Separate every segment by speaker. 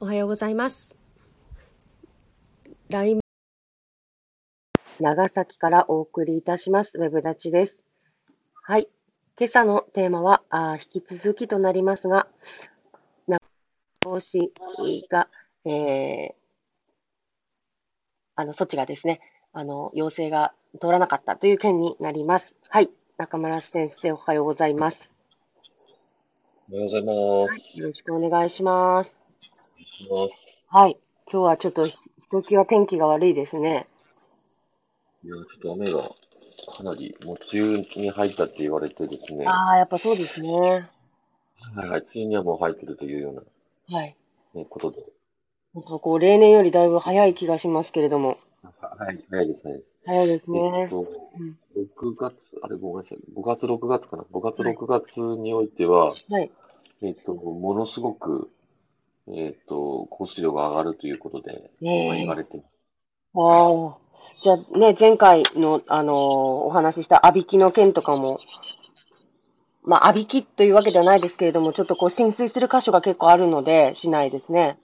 Speaker 1: おはようございます。ライン長崎からお送りいたします。ウェブ立ちです。はい。今朝のテーマは、あー引き続きとなりますが、な帽子が、えーあの、措置がですね、あの、要請が通らなかったという件になります。はい。中村先生、おはようございます。
Speaker 2: おはようございま
Speaker 1: よろしくお願いします。
Speaker 2: す。おはようございます
Speaker 1: はい。今日はちょっと、ひときわ天気が悪いですね。
Speaker 2: いや、ちょっと雨がかなり、もう梅雨に入ったって言われてですね、は
Speaker 1: ああ、やっぱそうですね。
Speaker 2: いはい、梅雨にはもう入ってるというような、
Speaker 1: はい。
Speaker 2: ね、ことで、
Speaker 1: なんかこう、例年よりだいぶ早い気がしますけれども。
Speaker 2: はい、早いですね。
Speaker 1: 早いです
Speaker 2: えっ
Speaker 1: ね。
Speaker 2: と、
Speaker 1: ん
Speaker 2: 6月、あれごめんなさい、5月、6月かな、5月、6月においては、
Speaker 1: はい。
Speaker 2: えっと、ものすごく、えっと、降水量が上がるということで、
Speaker 1: ねえ
Speaker 2: 言われてます。
Speaker 1: ああ。じゃあね、前回の、あのーお話しした阿びきの件とかも、まあ、阿びきというわけではないですけれども、ちょっとこう、浸水する箇所が結構あるので、市内ですね。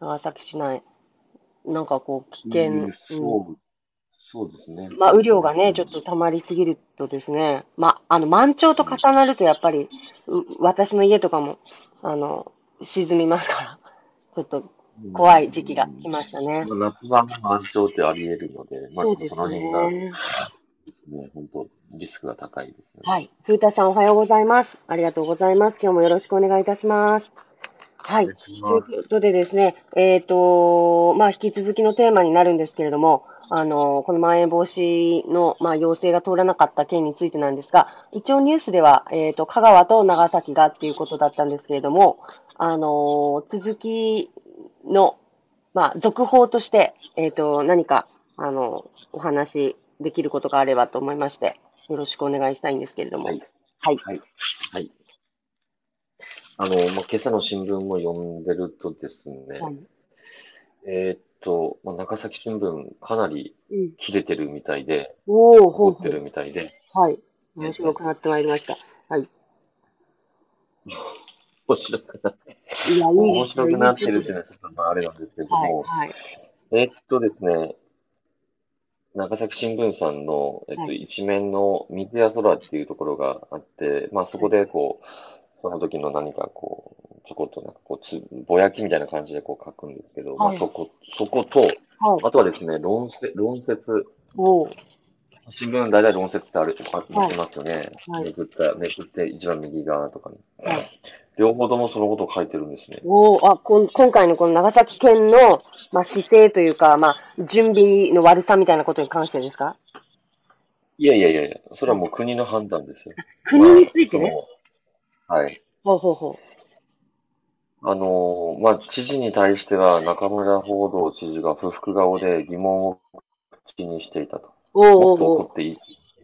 Speaker 1: 長崎市内。なんかこう、危険。
Speaker 2: うん
Speaker 1: うん
Speaker 2: そう、そうですね。
Speaker 1: まあ、雨量がね、ちょっと溜まりすぎるとですね、まあ、あの、満潮と重なるとやっぱり、う私の家とかも、あの、沈みますから、 ちょっと
Speaker 2: うん
Speaker 1: 怖い時期が来ましたね。
Speaker 2: まあ夏場の満潮ってあり得るので、まあ、
Speaker 1: そうです
Speaker 2: の辺がね、
Speaker 1: ね。
Speaker 2: 本当、リスクが高いですよね。
Speaker 1: はい。風太さんおはようございます。ありがとうございます。今日もよろしくお願いいたします。はい。
Speaker 2: お願い
Speaker 1: とい
Speaker 2: し
Speaker 1: う
Speaker 2: ます
Speaker 1: ことでですね、えっ、と、まあ、引き続きのテーマになるんですけれども、あの、このまん延防止の、まあ、要請が通らなかった件についてなんですが、一応ニュースでは、えっ、と、香川と長崎がっていうことだったんですけれども、あの、続きの、まあ、続報として、えっ、と、何か、あの、お話できることがあればと思いまして、よろしくお願いしたいんですけれども。
Speaker 2: はい
Speaker 1: はい。
Speaker 2: はい。はい。あの、まあ、今朝の新聞を読んでるとですね、
Speaker 1: はい
Speaker 2: えーっと、まあ、長崎新聞、かなり
Speaker 1: うん、
Speaker 2: 切れてるみたいで、
Speaker 1: おお、ほ
Speaker 2: 怒
Speaker 1: う
Speaker 2: ってるみたいで、
Speaker 1: ほうはい。面白くなってまいりました。
Speaker 2: 面白くなっ
Speaker 1: い
Speaker 2: て、
Speaker 1: や、いいですよ
Speaker 2: 面白くなってるっていうのはちょっとまああれなんですけど
Speaker 1: はい、
Speaker 2: も、
Speaker 1: はい。
Speaker 2: えーっとですね、長崎新聞さんの、えっ
Speaker 1: は
Speaker 2: と、一面の水や空っていうところがあって、まあそこでこう、その時の何かこう、ちょこっとなんかこうつ、ぼやきみたいな感じでこう書くんですけど、ま
Speaker 1: は
Speaker 2: あ
Speaker 1: い
Speaker 2: そこ、そこと、
Speaker 1: はい。
Speaker 2: あとはですね、論説、論説、
Speaker 1: おお、
Speaker 2: 新聞の大体論説ってある、あ
Speaker 1: はい
Speaker 2: 載ってますよね。
Speaker 1: はい
Speaker 2: めくった、めくって一番右側とかに
Speaker 1: はい。
Speaker 2: 両方ともそのことを書いてるんですね。
Speaker 1: おお、あ、こん、今回のこの長崎県の、まあ、姿勢というか、まあ、準備の悪さみたいなことに関してですか
Speaker 2: いやいやいやいや、それはもう国の判断ですよ。
Speaker 1: 国についてね。
Speaker 2: まあそのはい。
Speaker 1: ほうほうほ
Speaker 2: あのーまあ、知事に対しては中村報道知事が不服顔で疑問を口にしていたと。
Speaker 1: う。お
Speaker 2: も
Speaker 1: お
Speaker 2: っと
Speaker 1: お
Speaker 2: 怒
Speaker 1: お
Speaker 2: っていいって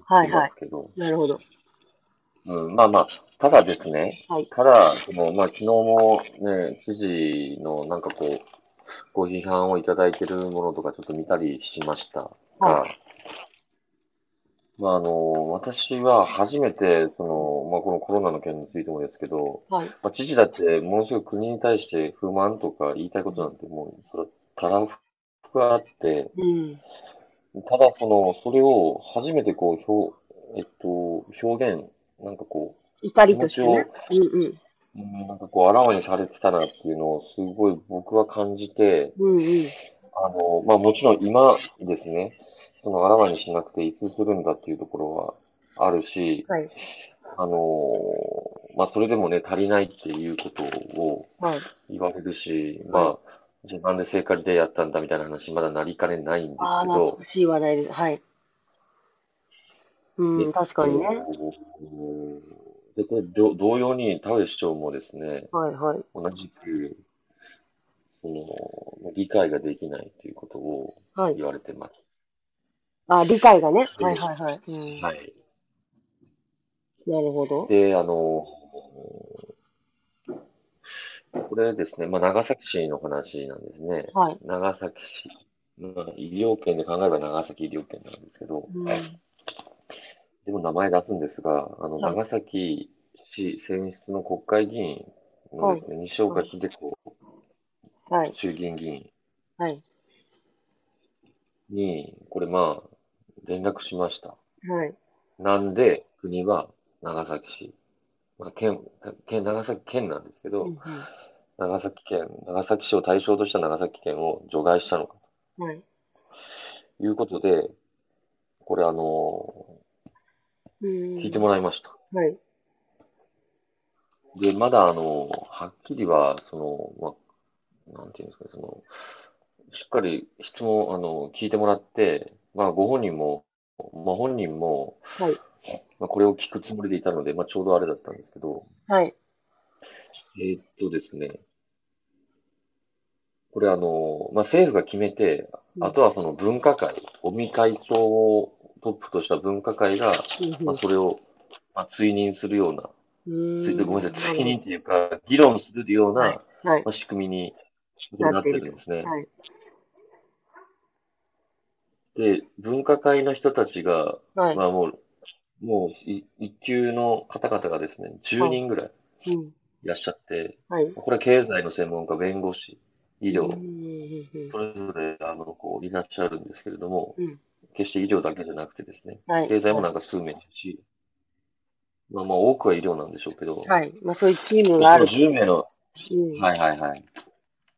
Speaker 1: は
Speaker 2: 言
Speaker 1: い
Speaker 2: い
Speaker 1: は
Speaker 2: ま
Speaker 1: い
Speaker 2: す。けど、
Speaker 1: なるほど。
Speaker 2: うん、まあまあ、ただですね、
Speaker 1: はい。
Speaker 2: ただ、その、まあ、昨日もね、知事のなんかこう、ご批判をいただいてるものとかちょっと見たりしましたが
Speaker 1: は、
Speaker 2: まあ、あのー私は初めて、その、まあ、このコロナの件についてもですけど、
Speaker 1: はい。
Speaker 2: まあ、知事だって、ものすごく国に対して不満とか言いたいことなんて、もう、それはたらふくあって、
Speaker 1: うん。
Speaker 2: ただ、その、それを初めてこう、表、えっと、表現、なんかこ
Speaker 1: 怒りとしてね。うんうん。
Speaker 2: う、うんなんかこう、あらわにされてたなっていうのを、すごい僕は感じて、
Speaker 1: うんうん。
Speaker 2: あの、まあ、もちろん今ですね、その、あらわにしなくていつするんだっていうところはあるし、
Speaker 1: はい。
Speaker 2: あの、まあ、それでもね、足りないっていうことを、
Speaker 1: はい。
Speaker 2: 言われるし、まあ、じゃあなんで聖火リレーやったんだみたいな話、まだなりかねないんです
Speaker 1: ああ、
Speaker 2: け
Speaker 1: 懐
Speaker 2: ど
Speaker 1: か、しい話題です。はい。うん、
Speaker 2: で
Speaker 1: 確かにね。
Speaker 2: で、これ、ど同様に田上市長もですね、
Speaker 1: はいはい。
Speaker 2: 同じく、その、理解ができないということを
Speaker 1: はい。
Speaker 2: 言われてます。
Speaker 1: あ、理解がね。
Speaker 2: うん
Speaker 1: はいはいはい。うん、な
Speaker 2: はい。
Speaker 1: るほど。
Speaker 2: で、あの、これですね、まあ、長崎市の話なんですね。
Speaker 1: はい。
Speaker 2: 長崎市。まあ、医療圏で考えれば長崎医療圏なんですけど、
Speaker 1: うん、
Speaker 2: でも名前出すんですが、あの、
Speaker 1: はい
Speaker 2: 長崎市選出の国会議員のですね、西岡秀子
Speaker 1: はい、
Speaker 2: 衆議院議員
Speaker 1: はい、
Speaker 2: に、これまあ、連絡しました。
Speaker 1: はい、
Speaker 2: なんで、国は長崎市、まあ、県、県、長崎県なんですけど、
Speaker 1: うんう
Speaker 2: 長崎県、長崎市を対象とした長崎県を除外したのか
Speaker 1: んはい、
Speaker 2: ということで、これあの、
Speaker 1: うん
Speaker 2: 聞いてもらいました。
Speaker 1: はい、
Speaker 2: で、まだあの、はっきりは、その、まあ、なんていうんですかね、その、しっかり質問、あの、聞いてもらって、まあ、ご本人も、まあ、本人も、
Speaker 1: はい、
Speaker 2: まあ、これを聞くつもりでいたので、まあ、ちょうどあれだったんですけど、
Speaker 1: はい、
Speaker 2: えーっとですね、これあの、まあ、政府が決めて、
Speaker 1: うん
Speaker 2: あとはその分科会、尾身会長をトップとした分科会が、
Speaker 1: うんうん
Speaker 2: まあ、それを、まあ、追認するような、
Speaker 1: う
Speaker 2: つい
Speaker 1: ー
Speaker 2: て
Speaker 1: ん
Speaker 2: ごめんなさい、追認っていうか、議論するような、
Speaker 1: はい
Speaker 2: ま、あ、仕組みに、仕組みになってるんですね。
Speaker 1: はい、
Speaker 2: で、分科会の人たちが、
Speaker 1: はい、
Speaker 2: まあもう、もうい一級の方々がですね、10人ぐらい
Speaker 1: うん
Speaker 2: いらっしゃって、
Speaker 1: はい、
Speaker 2: これは経済の専門家、弁護士、医
Speaker 1: うんうん
Speaker 2: 療、
Speaker 1: うん
Speaker 2: それぞれ、あの、こう、いらっしゃるんですけれども
Speaker 1: うん、
Speaker 2: 決して医療だけじゃなくてですね、
Speaker 1: はい、
Speaker 2: 経済もなんか数名だし、まあまあ多くは医療なんでしょうけど、
Speaker 1: はい、まあそういうチームがある。
Speaker 2: 10名の、
Speaker 1: うん
Speaker 2: はいはいはい。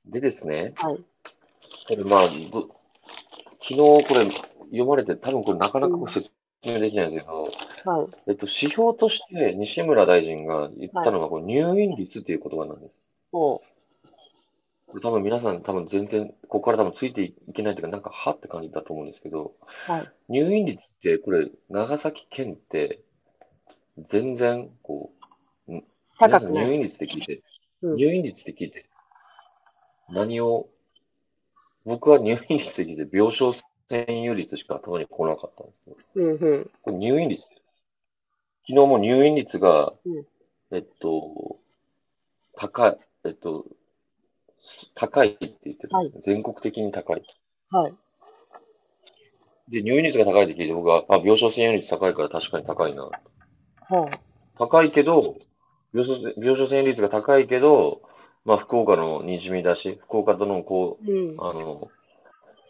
Speaker 2: でですね、
Speaker 1: はい。
Speaker 2: これまあ、ぶ昨日これ読まれて、多分これなかなかこう説明できないんですけど、
Speaker 1: はい。
Speaker 2: えっと、指標として西村大臣が言ったのが、こう入院率っていう言葉なんです。
Speaker 1: おう
Speaker 2: これ多分皆さん多分全然、ここから多分ついていけないというか、なんかはって感じだと思うんですけど、
Speaker 1: はい。
Speaker 2: 入院率ってこれ、長崎県って、全然、こう、皆
Speaker 1: 高
Speaker 2: さ
Speaker 1: く
Speaker 2: ん
Speaker 1: ない。
Speaker 2: 入院率って聞いて、
Speaker 1: うん
Speaker 2: 入院率って聞いて、何を、僕は入院率って聞いて、病床占有率しか頭に来なかったんですけど、
Speaker 1: うんうん。
Speaker 2: これ入院率。昨日も入院率が
Speaker 1: うん、
Speaker 2: えっと、高い、えっと、高いって言ってたんですね、全国的に高い。
Speaker 1: はい。
Speaker 2: で、入院率が高いって聞いて、僕は、あ、病床占有率高いから確かに高いな。
Speaker 1: は
Speaker 2: 高いけど、病床病床占有率が高いけど、まあ、福岡の西見だし、福岡とのこ
Speaker 1: い。うん
Speaker 2: う、。あの、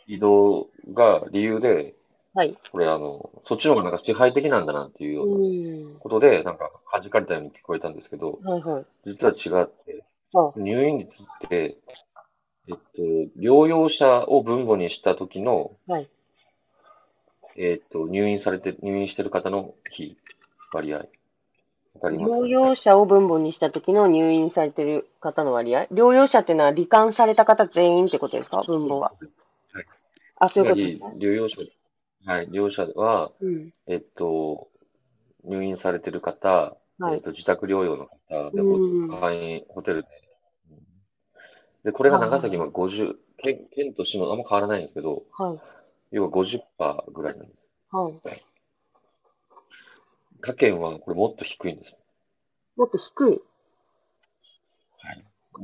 Speaker 2: 移動が理由で、
Speaker 1: はい。
Speaker 2: これあの、そっちの方がなんか支配的なんだなっていうような
Speaker 1: うん。
Speaker 2: ことで、なんか弾かれたように聞こえたんですけど、
Speaker 1: はいはい。
Speaker 2: 実は違って、
Speaker 1: あ
Speaker 2: 入院率って、えっと、療養者を分母にした時の、
Speaker 1: はい
Speaker 2: えっと、入院されて、入院してる方の比、割合。わかりますか
Speaker 1: 療養者を分母にした時の入院されてる方の割合療養者っていうのは罹患された方全員ってことですか分母は。
Speaker 2: はい。
Speaker 1: あ、そういうことです
Speaker 2: つ
Speaker 1: ね
Speaker 2: ま。り療養者、はい、療養者は、
Speaker 1: うん。
Speaker 2: えっと、入院されてる方、
Speaker 1: は
Speaker 2: えっ
Speaker 1: い。
Speaker 2: と、自宅療養の方で、
Speaker 1: うん
Speaker 2: ホホテルで。で、これが長崎今50、県、県と市もあんま変わらないんですけど、
Speaker 1: はい。
Speaker 2: 要は50%ぐらいなんです。
Speaker 1: はい。
Speaker 2: 他県はこれもっと低いんです。
Speaker 1: もっと低い。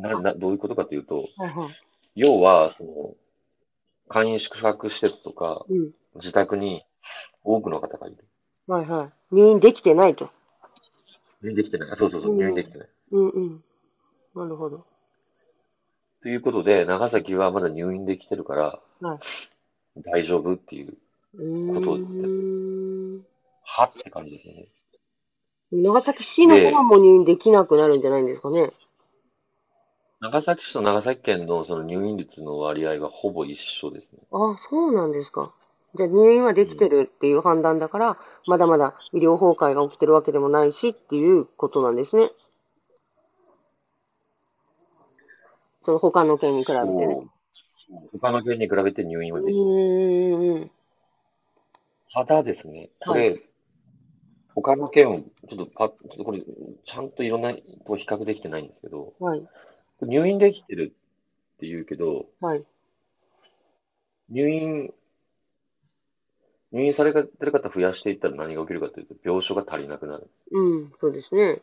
Speaker 2: な、な、どういうことかというと、
Speaker 1: はいはい。
Speaker 2: 要は、その、簡易宿泊施設とか、
Speaker 1: うん。
Speaker 2: 自宅に多くの方がいる。
Speaker 1: はいはい。入院できてないと。
Speaker 2: 入院できてない。あそうそうそうう、
Speaker 1: ん
Speaker 2: 入院できてない。
Speaker 1: うんうん。なるほど。
Speaker 2: ということで、長崎はまだ入院できてるから
Speaker 1: は、
Speaker 2: 大丈夫っていう、
Speaker 1: うーん。
Speaker 2: はって感じですよね。
Speaker 1: 長崎市の方も入院できなくなるんじゃないんですかね。
Speaker 2: 長崎市と長崎県のその入院率の割合はほぼ一緒ですね。
Speaker 1: あ、そうなんですか。じゃあ入院はできてるっていう判断だから、まだまだ医療崩壊が起きてるわけでもないしっていうことなんですね。その他の県に比べてね。
Speaker 2: そう他の県に比べて入院
Speaker 1: う
Speaker 2: は
Speaker 1: ー
Speaker 2: できる。
Speaker 1: ん。
Speaker 2: ただですね、こ
Speaker 1: は
Speaker 2: れ、他の県を、ちょっとパッ、ちょっとこれ、ちゃんといろんなと比較できてないんですけど、
Speaker 1: はい。
Speaker 2: 入院できてるって言うけど、
Speaker 1: はい。
Speaker 2: 入院、入院されてる方増やしていったら何が起きるかというと、病床が足りなくなる。
Speaker 1: うん。そうですね。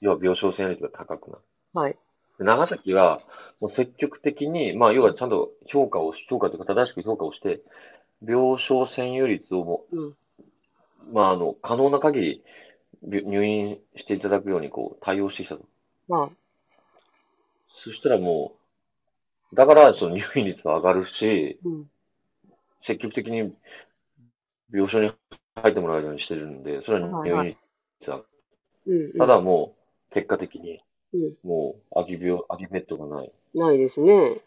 Speaker 2: 要は病床占有率が高くなる。
Speaker 1: はい。
Speaker 2: で長崎は、もう積極的に、まあ、要はちゃんと評価をし、評価というか正しく評価をして、病床占有率をも
Speaker 1: うん。
Speaker 2: う、まあ、あの、可能な限り、び入院していただくように、こう、対応してきたと。
Speaker 1: まあ、
Speaker 2: そしたらもだから、その入院率は上がるし、
Speaker 1: うん。
Speaker 2: 積極的に病床に入ってもらうようにしてるんで、それは入院率は、
Speaker 1: うん、うん。
Speaker 2: ただもう、結果的に
Speaker 1: うん、
Speaker 2: もう、空き病、空きベッドがない。
Speaker 1: ないですね。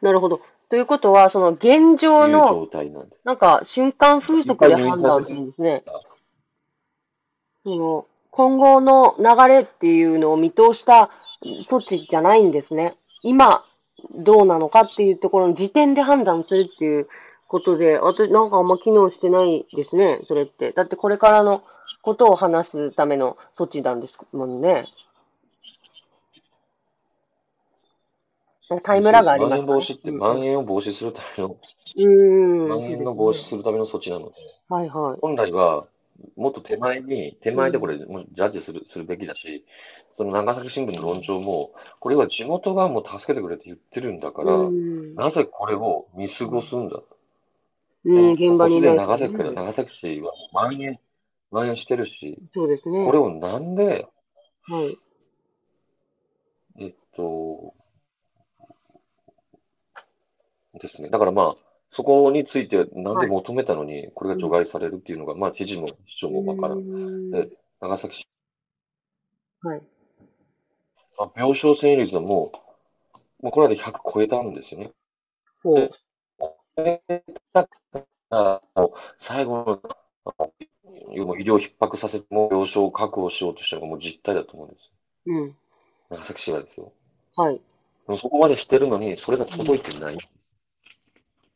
Speaker 1: なるほど。ということは、その現
Speaker 2: と
Speaker 1: 状
Speaker 2: いう
Speaker 1: の、
Speaker 2: 状態なんです。
Speaker 1: なんか瞬間風速で判断するんですね。その今後の流れっていうのを見通した措置じゃないんですね。今、どうなのかっていうところの時点で判断するっていうことで、私なんかあんま機能してないですね、それって。だってこれからのことを話すための措置なんですもんね。タイムラグありますか
Speaker 2: まん
Speaker 1: ね
Speaker 2: 延防止って、まん延を防止するための、
Speaker 1: うん。
Speaker 2: まん延の防止
Speaker 1: そうですね
Speaker 2: するための措置なので、
Speaker 1: はいはい。
Speaker 2: 本来は、もっと手前に、手前でこれ、もうジャッジするするべきだし、その長崎新聞の論調も、これは地元がもう助けてくれって言ってるんだから、
Speaker 1: うん、
Speaker 2: なぜこれを見過ごすんだ
Speaker 1: うん、現場にいない
Speaker 2: ここで長崎から長崎市は蔓延、蔓延してるし、
Speaker 1: そうですね。
Speaker 2: これをなんで、
Speaker 1: はい。
Speaker 2: えっと、ですね。だからまあ、そこについてなんで求めたのに、これが除外されるっていうのが、まあ、知事も市長もわからん。
Speaker 1: ん
Speaker 2: で長崎市、
Speaker 1: はい。
Speaker 2: あ病床占有率はもう、もうこの間100超えたんですよね。
Speaker 1: ほう。
Speaker 2: 超えたから最後の、あのもう医療逼迫させても病床を確保しようとしたのがもう実態だと思うんですよ。
Speaker 1: うん。
Speaker 2: 長崎市はですよ。
Speaker 1: はい。
Speaker 2: でもそこまでしてるのに、それが届いてない。
Speaker 1: う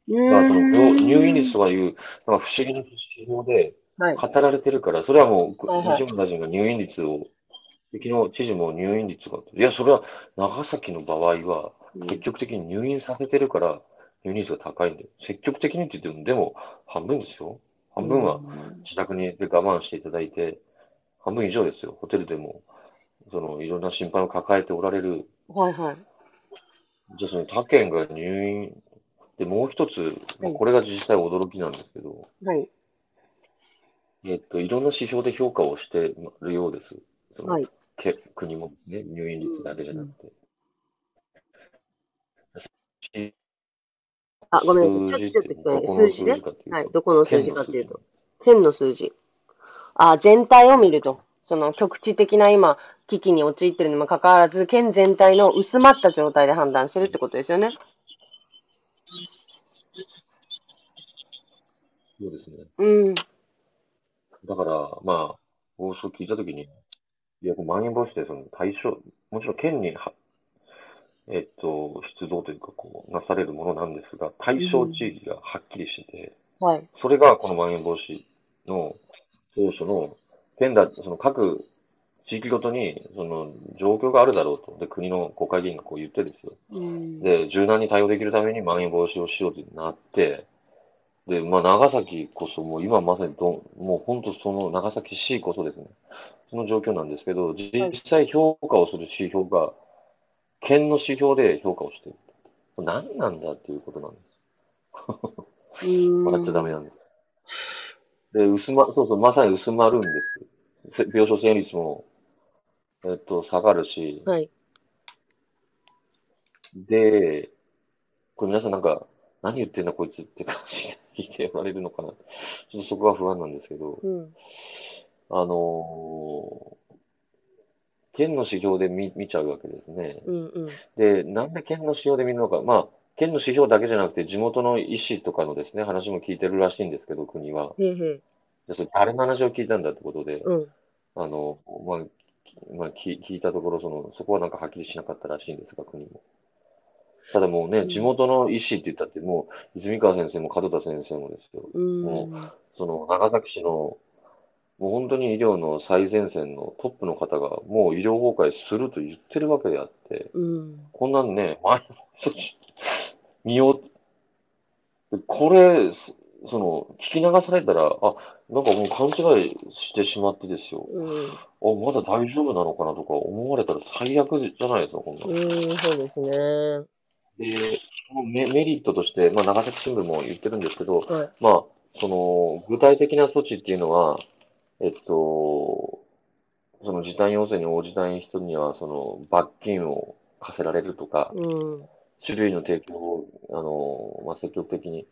Speaker 2: だからその病
Speaker 1: ーん
Speaker 2: 入院率とかいう、なんか不思議な指標で
Speaker 1: はい。
Speaker 2: 語られてるから、それはもう、
Speaker 1: はいはい
Speaker 2: 西村大臣が入院率を、昨日知事も入院率が、いや、それは長崎の場合は、積極的に入院させてるから、入院率が高いんで、積極的にって言っても、でも、半分ですよ。半分は自宅にで我慢していただいて、半分以上ですよ。ホテルでも、その、いろんな心配を抱えておられる
Speaker 1: はいはい。
Speaker 2: じゃあその他県が入院、で、もう一つ、まあこれが実際驚きなんですけど、
Speaker 1: はい。
Speaker 2: えっと、いろんな指標で評価をしてるようです。その
Speaker 1: はい。
Speaker 2: け国もね、入院率だけじゃなくて。
Speaker 1: あ、ごめんなさい。ちょっと、ちょっと聞こえない。数字ね。はい。どこの数字かというと。。県の数字。あ、全体を見ると。その局地的な今、危機に陥っているにもかかわらず、県全体の薄まった状態で判断してるってことですよね。
Speaker 2: どこの数字かっていうとそうですね。
Speaker 1: うん。
Speaker 2: だから、まあ、放送聞いたときに、いや、これまん延防止でその対象、もちろん県には、えっと、出動というか、こう、なされるものなんですが、対象地域がはっきりしてて、
Speaker 1: はい。
Speaker 2: それがこのまん延防止の当初の、県だ、その各地域ごとに、その状況があるだろうと。で、国の国会議員がこう言ってですよ。
Speaker 1: うん。
Speaker 2: で、柔軟に対応できるためにまん延防止をしようとなって、で、まあ、長崎こそ、もう今まさにど、もう本当その長崎市こそですね、その状況なんですけど、実際評価をする指標が、県の指標で評価をしている。何なんだっていうことなんです。笑っちゃダメなんです。で、薄ま、そうそう、まさに薄まるんです。せ病床占有率も、えっと、下がるし、
Speaker 1: はい。
Speaker 2: で、これ皆さんなんか、何言ってんだこいつって感じで聞いておられるのかな。ちょっとそこが不安なんですけど、
Speaker 1: うん。
Speaker 2: あのー県の指標で見見ちゃうわけですね。
Speaker 1: うん。うん。
Speaker 2: で、なんで県の指標で見るのか、まあ、県の指標だけじゃなくて、地元の医師とかのですね、話も聞いてるらしいんですけど、国は。
Speaker 1: へいへい。
Speaker 2: でそれ誰の話を聞いたんだってことで、
Speaker 1: うん。
Speaker 2: あの、まあ、きまあ、き聞いたところ、その、そこはなんかはっきりしなかったらしいんですが、国も。ただもう
Speaker 1: う
Speaker 2: ね、
Speaker 1: ん
Speaker 2: 地元の医師って言ったって、もう、泉川先生も門田先生もですよ。
Speaker 1: うん。
Speaker 2: その、長崎市の、もう本当に医療の最前線のトップの方が、もう医療崩壊すると言ってるわけであって、
Speaker 1: うん。
Speaker 2: こんなんね、前の措置、見よう。これ、そその、聞き流されたら、あ、なんかもう勘違いしてしまってですよ。
Speaker 1: うん。
Speaker 2: あ、まだ大丈夫なのかなとか思われたら最悪じゃないですか、こんな。
Speaker 1: うんん、そうですね。は
Speaker 2: で、そのメメリットとして、まあ、長崎新聞も言ってるんですけど、
Speaker 1: い。
Speaker 2: まあ、その、具体的な措置っていうのは、えっと、その時短要請に応じない人には、その、罰金を課せられるとか、
Speaker 1: うん。
Speaker 2: 種類の提供を、あの、まあ、積極的に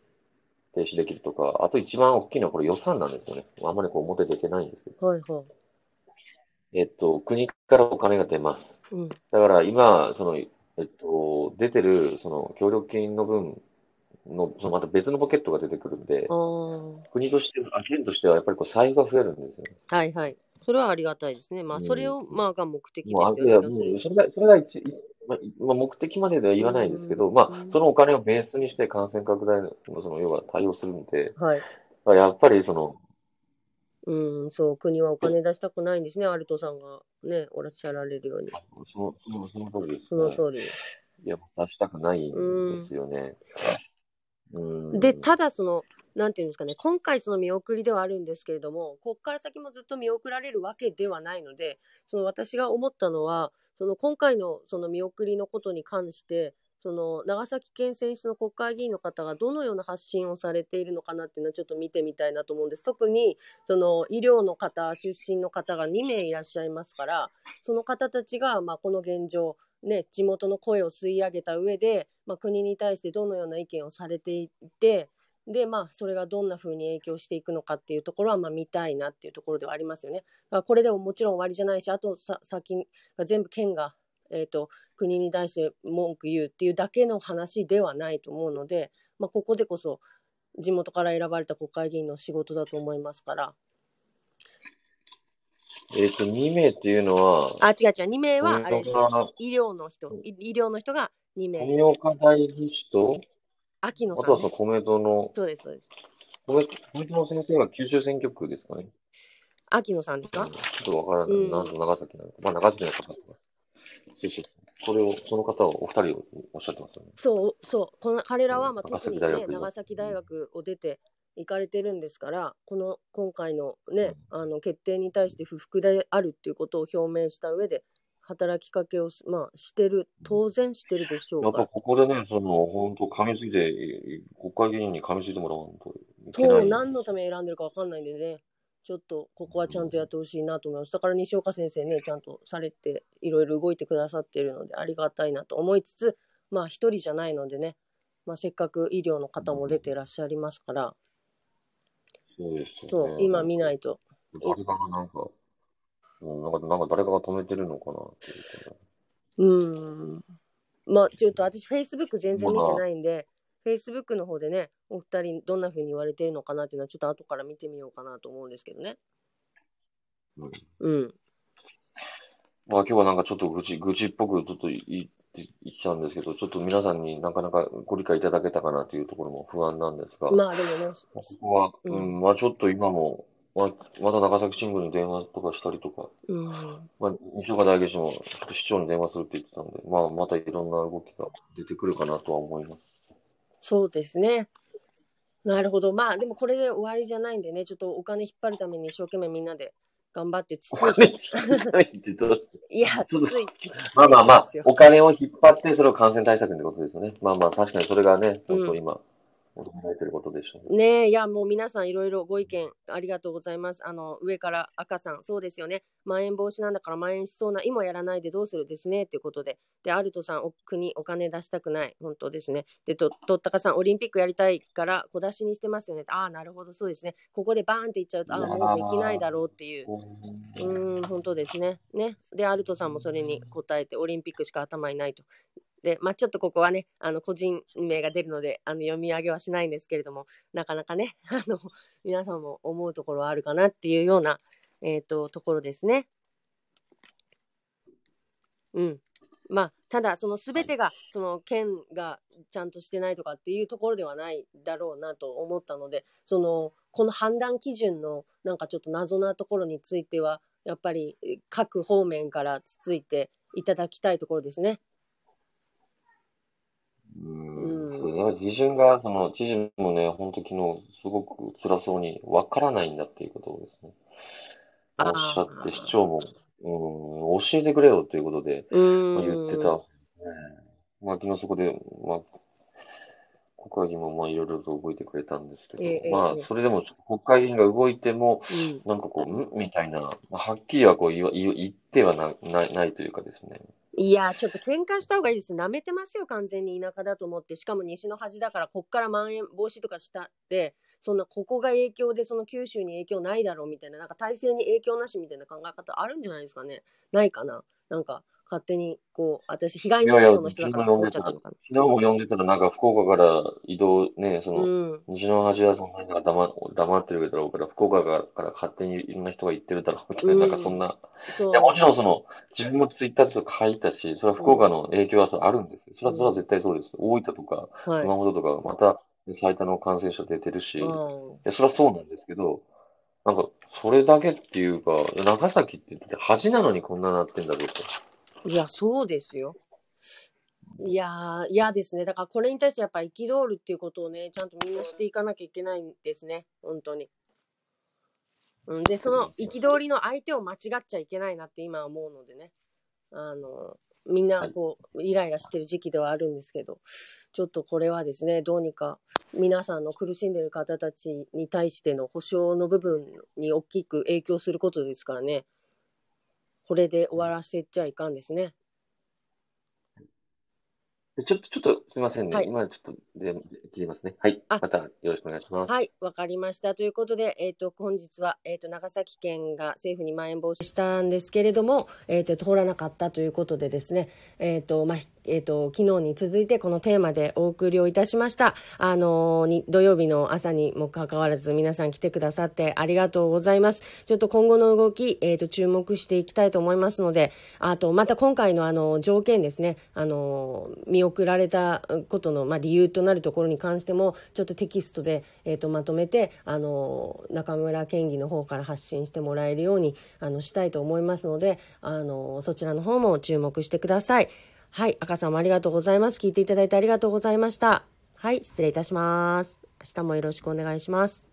Speaker 2: 停止できるとか、あと一番大きいのはこれ予算なんですよね。あんまりこう表出てないんですけど。
Speaker 1: はいはい。
Speaker 2: えっと、国からお金が出ます。
Speaker 1: うん。
Speaker 2: だから今、その、えっと、出てる、その、協力金の分の、そのまた別のポケットが出てくるんで
Speaker 1: あ、あ。
Speaker 2: 国として、あ県としてはやっぱりこう財布が増えるんですよね。
Speaker 1: はいはい。それはありがたいですね。まあ、
Speaker 2: うん
Speaker 1: それを、まあ、が目的です
Speaker 2: もう、あ
Speaker 1: よ
Speaker 2: い
Speaker 1: ね。
Speaker 2: や、
Speaker 1: 要
Speaker 2: も
Speaker 1: する
Speaker 2: う、
Speaker 1: に
Speaker 2: それが、それが一、一まあ、いまあ、目的まででは言わないですけど、ま
Speaker 1: う
Speaker 2: あ
Speaker 1: ん、
Speaker 2: そのお金をベースにして感染拡大の、その、要は対応するんで、
Speaker 1: はい。
Speaker 2: まあやっぱりその、
Speaker 1: うん、そう、国はお金出したくないんですね。アルトさんがね、おらっしゃられるように。
Speaker 2: その、その、その通りです
Speaker 1: その
Speaker 2: ね。
Speaker 1: 通り。
Speaker 2: いや、出したくないんですよね。うん
Speaker 1: で、ただその、なんていうんですかね、今回その見送りではあるんですけれども、こっから先もずっと見送られるわけではないので、その私が思ったのは、その今回のその見送りのことに関して、その長崎県選出の国会議員の方がどのような発信をされているのかなっていうのはちょっと見てみたいなと思うんです。特にその医療の方、出身の方が2名いらっしゃいますから、その方たちがまあこの現状、ね、地元の声を吸い上げた上で、まあ、国に対してどのような意見をされていてで、まあ、それがどんなふうに影響していくのかっていうところは、まあ、見たいなっていうところではありますよね。まあ、これでももちろん終わりじゃないしあとさ先が全部県が、えー、と国に対して文句言うっていうだけの話ではないと思うので、まあ、ここでこそ地元から選ばれた国会議員の仕事だと思いますから
Speaker 2: えっと、2名っていうのは、
Speaker 1: あ違う違う2名はあれですよ
Speaker 2: 富岡
Speaker 1: 医療の人い医療の人が2名
Speaker 2: 富岡代議士と、
Speaker 1: 秋野
Speaker 2: あ
Speaker 1: さ
Speaker 2: と
Speaker 1: ん、
Speaker 2: はその
Speaker 1: ね、
Speaker 2: 公明党の、
Speaker 1: そうですそうです
Speaker 2: 公明公明党の先生は九州選挙区ですかね。
Speaker 1: 秋野さんです
Speaker 2: う
Speaker 1: か
Speaker 2: んちょっとわからな
Speaker 1: うん
Speaker 2: い。なんと長崎なのか。まあ、長崎の方とか。そうそうこれを、その方を、お二人をおっしゃってますよね。
Speaker 1: そうそうこの彼らは、まあ、
Speaker 2: 長
Speaker 1: 特
Speaker 2: 崎
Speaker 1: に、
Speaker 2: 大
Speaker 1: ね、
Speaker 2: 学
Speaker 1: 長崎大学を出て行かれてるんですからこの今回の,、ね、あの決定に対して不服であるっていうことを表明した上で働きかけをす、まあ、してる当然してるでしょ
Speaker 2: や
Speaker 1: う
Speaker 2: っぱ
Speaker 1: が
Speaker 2: ここでね、その、本当噛みついて、い国会議員に噛みついてもらわんといけな
Speaker 1: そう
Speaker 2: い。
Speaker 1: 何のために選んでるか分かんないんでねちょっとここはちゃんとやってほしいなと思いますだから西岡先生ねちゃんとされていろいろ動いてくださっているのでありがたいなと思いつつまあ一人じゃないのでね、まあ、せっかく医療の方も出ていらっしゃいますから。
Speaker 2: そうです
Speaker 1: そ
Speaker 2: よ
Speaker 1: う
Speaker 2: ね、。
Speaker 1: 今見ないと。
Speaker 2: 誰かがなんか、うん、なんか、なんか誰かが止めてるのかなっていうかね
Speaker 1: うん。まあ、ちょっと私、Facebook 全然見てないんで、Facebook の方でね、お二人どんな風に言われてるのかなっていうのは、ちょっと後から見てみようかなと思うんですけどね。
Speaker 2: うん
Speaker 1: うん。
Speaker 2: まあ今日はなんかちょっと愚痴、愚痴っぽくちょっと言い言っちゃうんですけど、ちょっと皆さんになかなかご理解いただけたかなというところも不安なんですが、
Speaker 1: まあ、でもね、
Speaker 2: ここは、
Speaker 1: う
Speaker 2: うんん、まあちょっと今も、まあ、また長崎新聞に電話とかしたりとか、
Speaker 1: うん。
Speaker 2: まあ、西岡代議士もちょっと市長に電話するって言ってたんで、まあまたいろんな動きが出てくるかなとは思 います。
Speaker 1: そうですね。なるほど。まあ、でもこれで終わりじゃないんでね、ちょっとお金引っ張るために一生懸命みんなで頑張ってつつ
Speaker 2: お、金引きたいってどうして
Speaker 1: いや、つつい
Speaker 2: まあまあま
Speaker 1: そう
Speaker 2: あ
Speaker 1: ですよ、
Speaker 2: お金を引っ張って、それを感染対策ってことですよね。まあまあ、確かにそれがね、ちょっと今、求められてることでしょうね。
Speaker 1: ねえ、いや、もう皆さんいろいろご意見ありがとうございます。あの、上から赤さん、そうですよね。まん延防止なんだからまん延しそうな、今やらないでどうするですね、っていうことで。で、アルトさん、お国お金出したくない。本当ですね。で、と、とったかさん、オリンピックやりたいから小出しにしてますよね。ああ、なるほど、そうですね。ここでバーンっていっちゃうと、ああ、もうできないだろうっていう。うーん、本当ですね。ね。で、アルトさんもそれに答えて、オリンピックしか頭にないと。で、まあ、ちょっとここはね、あの個人名が出るので、あの読み上げはしないんですけれども、なかなかね、 あの皆さんも思うところはあるかなっていうような、えっ、と、ところですね。うん。まあ、ただ、その全てが、その県がちゃんとしてないとかっていうところではないだろうなと思ったので、その、この判断基準のなんかちょっと謎なところについては、やっぱりえ各方面からつついていただきたいところですね。
Speaker 2: うん
Speaker 1: うん
Speaker 2: そうだから基準が、その、知事もね、本当昨日、すごく辛そうに、わからないんだっていうことをですね、おっしゃって、市長も、うん、教えてくれよということで、
Speaker 1: うー
Speaker 2: まあ、
Speaker 1: ん
Speaker 2: 言ってた。まあ、昨日そこで、まあ、国会議員もまあいろいろと動いてくれたんですけど、
Speaker 1: ええ
Speaker 2: ま
Speaker 1: ええ
Speaker 2: あ、それでも国会議員が動いても、
Speaker 1: うん
Speaker 2: なんかこう、んみたいな、はっきりはこう言わ言言ってはなないないというかですね、
Speaker 1: いやー、ちょっと喧嘩した方がいいです。舐めてますよ、完全に田舎だと思って。しかも西の端だから、こっからまん延防止とかしたって、そんな、ここが影響で、その九州に影響ないだろうみたいな、なんか体制に影響なしみたいな考え方あるんじゃないですかね。ないかな。なんか、勝手に、こう、私、被害
Speaker 2: い
Speaker 1: 妄
Speaker 2: やいや
Speaker 1: 想の人だから、思っちゃったのかな。
Speaker 2: 昨日も読んでたら、なんか福岡から移動ね、その、
Speaker 1: うん。
Speaker 2: 西の端はそんなになんか黙、黙ってるだろうから、福岡からから勝手にいろんな人が行ってるだろうみたいな、
Speaker 1: うん
Speaker 2: なんかそんな。
Speaker 1: そう
Speaker 2: いや、。もちろんその、自分もツイッターでちょっと書いたし、それは福岡の影響はそれあるんですよ。それは、それは絶対そうです。大分とか、
Speaker 1: はい。
Speaker 2: 熊本とか、また最多の感染者出てるし、い
Speaker 1: うん
Speaker 2: や、それはそうなんですけど、なんか、それだけっていうか、長崎ってだって恥なのにこんななってんだぞと。
Speaker 1: いや、そうですよ。いやー、嫌ですね。だから、これに対してやっぱ憤るっていうことをね、ちゃんとみんなしていかなきゃいけないんですね。本当に。うん、で、その憤りの相手を間違っちゃいけないなって今は思うのでね。あの、みんなこう、イライラしてる時期ではあるんですけど、ちょっとこれはですね、どうにか皆さんの苦しんでる方たちに対しての補償の部分に大きく影響することですからね。これで終わらせちゃいかんですね。
Speaker 2: でちょっと、ちょっと、すいませんね。
Speaker 1: はい
Speaker 2: 今ちょっとで、切りますね。はい。
Speaker 1: あ
Speaker 2: またよろしくお願いします。
Speaker 1: はい、わかりました。ということで、えっ、と、本日は、えっ、と、長崎県が政府にまん延防止したんですけれども、えっ、と、通らなかったということでですね、えっ、と、まあ、ひえっ、と、昨日に続いてこのテーマでお送りをいたしました。あのーに、土曜日の朝にもかかわらず皆さん来てくださってありがとうございます。ちょっと今後の動き、えっ、と、注目していきたいと思いますので、あと、また今回のあの、条件ですね、あの、見送られたことの、まあ、理由となるところに関しても、ちょっとテキストで、えっ、と、まとめて、あの、中村県議の方から発信してもらえるように、あの、したいと思いますので、あの、そちらの方も注目してください。はい、赤さんもありがとうございます。聞いていただいてありがとうございました。はい、失礼いたします。明日もよろしくお願いします。